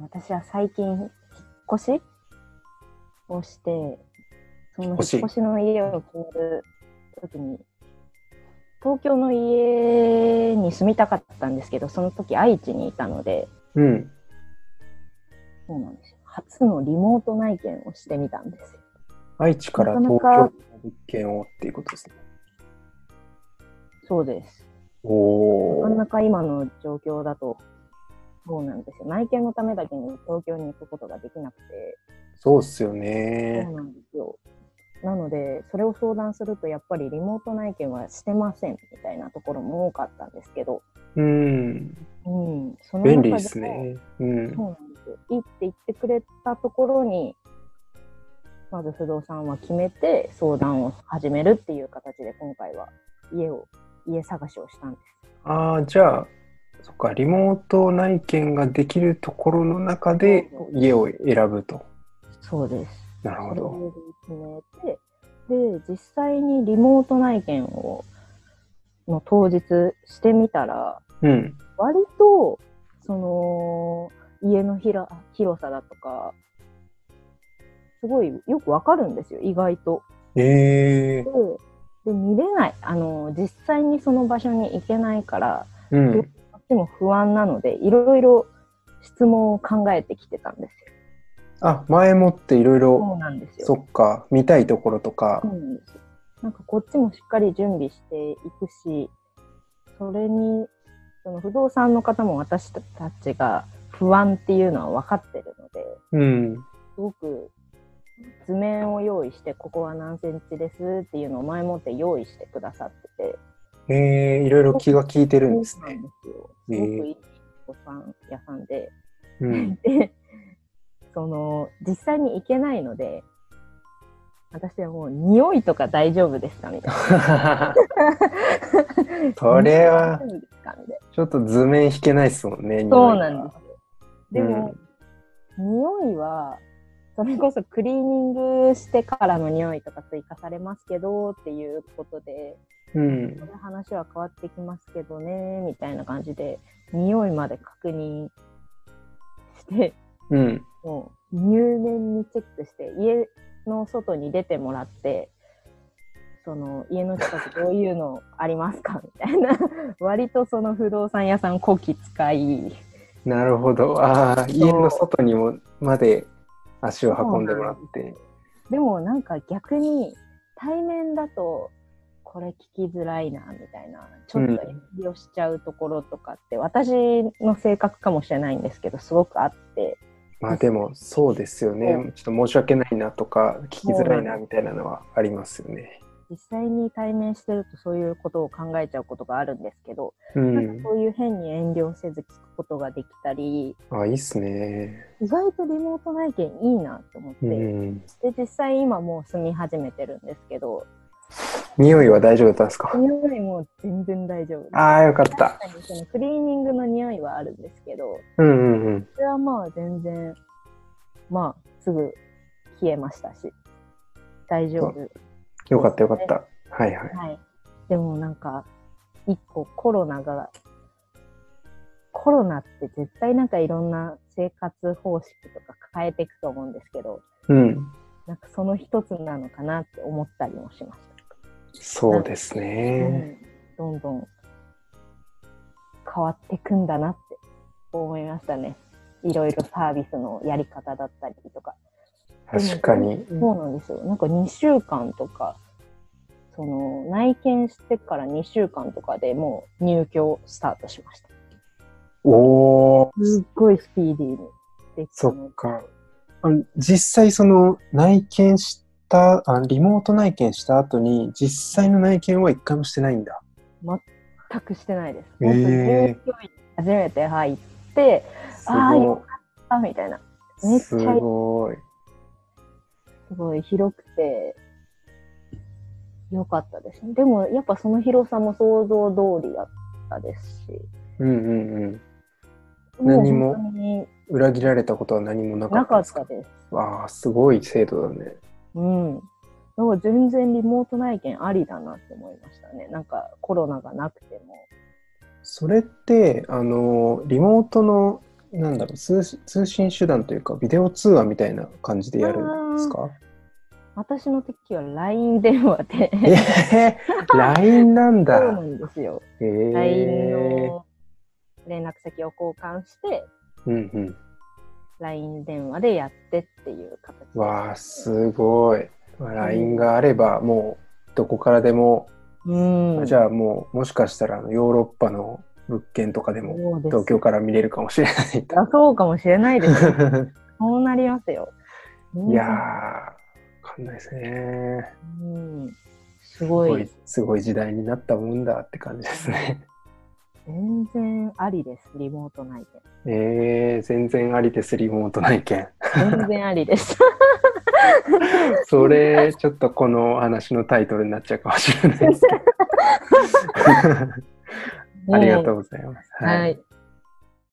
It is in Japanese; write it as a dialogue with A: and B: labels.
A: 私は最近、引っ越しをして、その引っ
B: 越し
A: 越しの家を決めるときに、東京の家に住みたかったんですけど、その時愛知にいたので、
B: うん。
A: そうなんですよ。初のリモート内見をしてみたんですよ。
B: 愛知から
A: なかな
B: 東
A: か
B: 京の物件をっていうことですね。
A: そうです。
B: お
A: なか
B: ー。
A: なか今の状況だと、そうなんですよ。内見のためだけに東京に行くことができなくて、
B: そうっすよ
A: そ
B: ね
A: う。なんですよ。なので、それを相談すると、やっぱりリモート内見はしてませんみたいなところも多かったんですけど、
B: うん。
A: うん、その中
B: 便
A: で
B: 利
A: も
B: ですね。うん
A: そ。うなんですよ。いいって言ってくれたところに、まず不動産は決めて相談を始めるっていう形で、今回は家を、家探しをしたんです。
B: ああ、じゃあ、そっか、リモート内見ができるところの中で
A: そう
B: 家を選ぶと。
A: そうです。
B: なるほど。
A: それを決めて、で、実際にリモート内見を、の当日してみたら、
B: うん。
A: 割と、その、家のひら広さだとか、すごいよくわかるんですよ、意外と。
B: ええ
A: で、で見れない。あの、実際にその場所に行けないから、
B: うん。
A: こっちも不安なので、いろいろ質問を考えてきてたんですよ。
B: あ、前もっていろいろ、
A: そうなんですよ。
B: そっか、見たいところとか
A: そう、なんですよなんかこっちもしっかり準備していくし、それに、その不動産の方も私たちが不安っていうのは分かってるので、
B: うん。
A: すごく図面を用意して、ここは何センチですっていうのを前もって用意してくださってて、
B: ええいろいろ気が利いてるんです
A: そうなん
B: ね。
A: ですよ。す
B: へ
A: ご
B: え
A: くいいおさん屋さんで、
B: うん。
A: で、その、実際に行けないので、私はもう、匂いとか大丈夫ですかみたいな。
B: それ
A: 大
B: は
A: 丈夫ですかみたいな
B: ちょっと図面引けないっすもんね、
A: そう
B: 匂いが
A: なんですよ。でも、匂いは、それこそクリーニングしてからの匂いとか追加されますけど、っていうことで、
B: うん。
A: これ話は変わってきますけどね、みたいな感じで、匂いまで確認して、
B: うん。
A: もう入念にチェックして、家の外に出てもらって、その家の近くどういうのありますかみたいな、割とその不動産屋さん、こき使い、
B: なるほど。ああ、家の外にもまで足を運んでもらって。
A: でもなんか逆に対面だとこれ聞きづらいなみたいなちょっと遠慮しちゃうところとかって、私の性格かもしれないんですけどすごくあって
B: まあでもそうですよね
A: う。
B: ちょっと申し訳ないなとか、聞きづらいなみたいなのはありますよね。
A: 実際に対面してるとそういうことを考えちゃうことがあるんですけど、
B: う
A: なんか
B: ん。
A: そういう変に遠慮せず聞くことができたり
B: あいいっすね。
A: 意外とリモート内見いいなと思って、
B: うん。
A: で実際今もう住み始めてるんですけど
B: 匂いは大丈夫だったんですか
A: 匂いも全然大丈夫です。
B: ああ、よかった。
A: 確かにそのクリーニングの匂いはあるんですけど、
B: うんうんうん。
A: それはまあ全然、まあすぐ消えましたし、大丈夫。
B: よかったよかった。はいはい。
A: はい。でもなんか、一個コロナが、コロナって絶対なんかいろんな生活方式とか変えていくと思うんですけど、
B: うん。
A: なんかその一つなのかなって思ったりもしまし
B: そうです
A: た。う
B: ね。
A: ん、どんどん変わっていくんだなって思いましたね。いろいろサービスのやり方だったりとか。
B: 確かに。
A: そうなんですよ。なんか2週間とか、その内見してから2週間とかでもう入居スタートしました。
B: おー。
A: すっごいスピーディーにできた
B: そ
A: ので
B: っか。あの実際その内見したあ、リモート内見した後に実際の内見は一回もしてないんだ。
A: 全くしてないです。本
B: へ
A: 当に入居
B: ー
A: に初めて入って、
B: す
A: あーよ
B: ご
A: かあ、みたいな。め
B: い。
A: っち
B: す
A: ゃいい
B: ごい。
A: すごい広くて、良かったですね。でもやっぱその広さも想像通りだったですし、
B: うんうんうん。何も
A: う本当に
B: 裏切られたことは何もなか
A: な
B: った
A: か
B: で
A: っ
B: すか
A: たです。
B: わあ、すごい制度だね。
A: うん。だから全然リモート内見ありだなって思いましたね。なんかコロナがなくても。
B: それって、あの、リモートのなんだろう通し、通信手段というか、ビデオ通話みたいな感じでやるんですか
A: 私の時は LINE 電話で、
B: ええ LINE なん
A: そ
B: だ。
A: うなんですよ。
B: へえ
A: LINE の連絡先を交換して、
B: うんうん。
A: LINE 電話でやってっていう形です。
B: わあ、すごい。まあ LINE があれば、もう、どこからでも、
A: うん。
B: じゃあもう、もしかしたらあのヨーロッパの物件とかで
A: そ
B: も、
A: うです
B: 東京から見れるかもしれない。
A: あそうかもしれないですよ。そうなりますよ。うん
B: いやー、わかんないですね。
A: うん、す
B: す
A: ご
B: ご
A: い
B: い。、すごい時代になったもんだって感じですね。
A: 全然ありです、リモート内で。
B: えー、全然ありです、リモート内見。
A: 全然ありです。
B: それ、ちょっとこの話のタイトルになっちゃうか もしれないですけど。ありがとうございます。
A: うん。はい。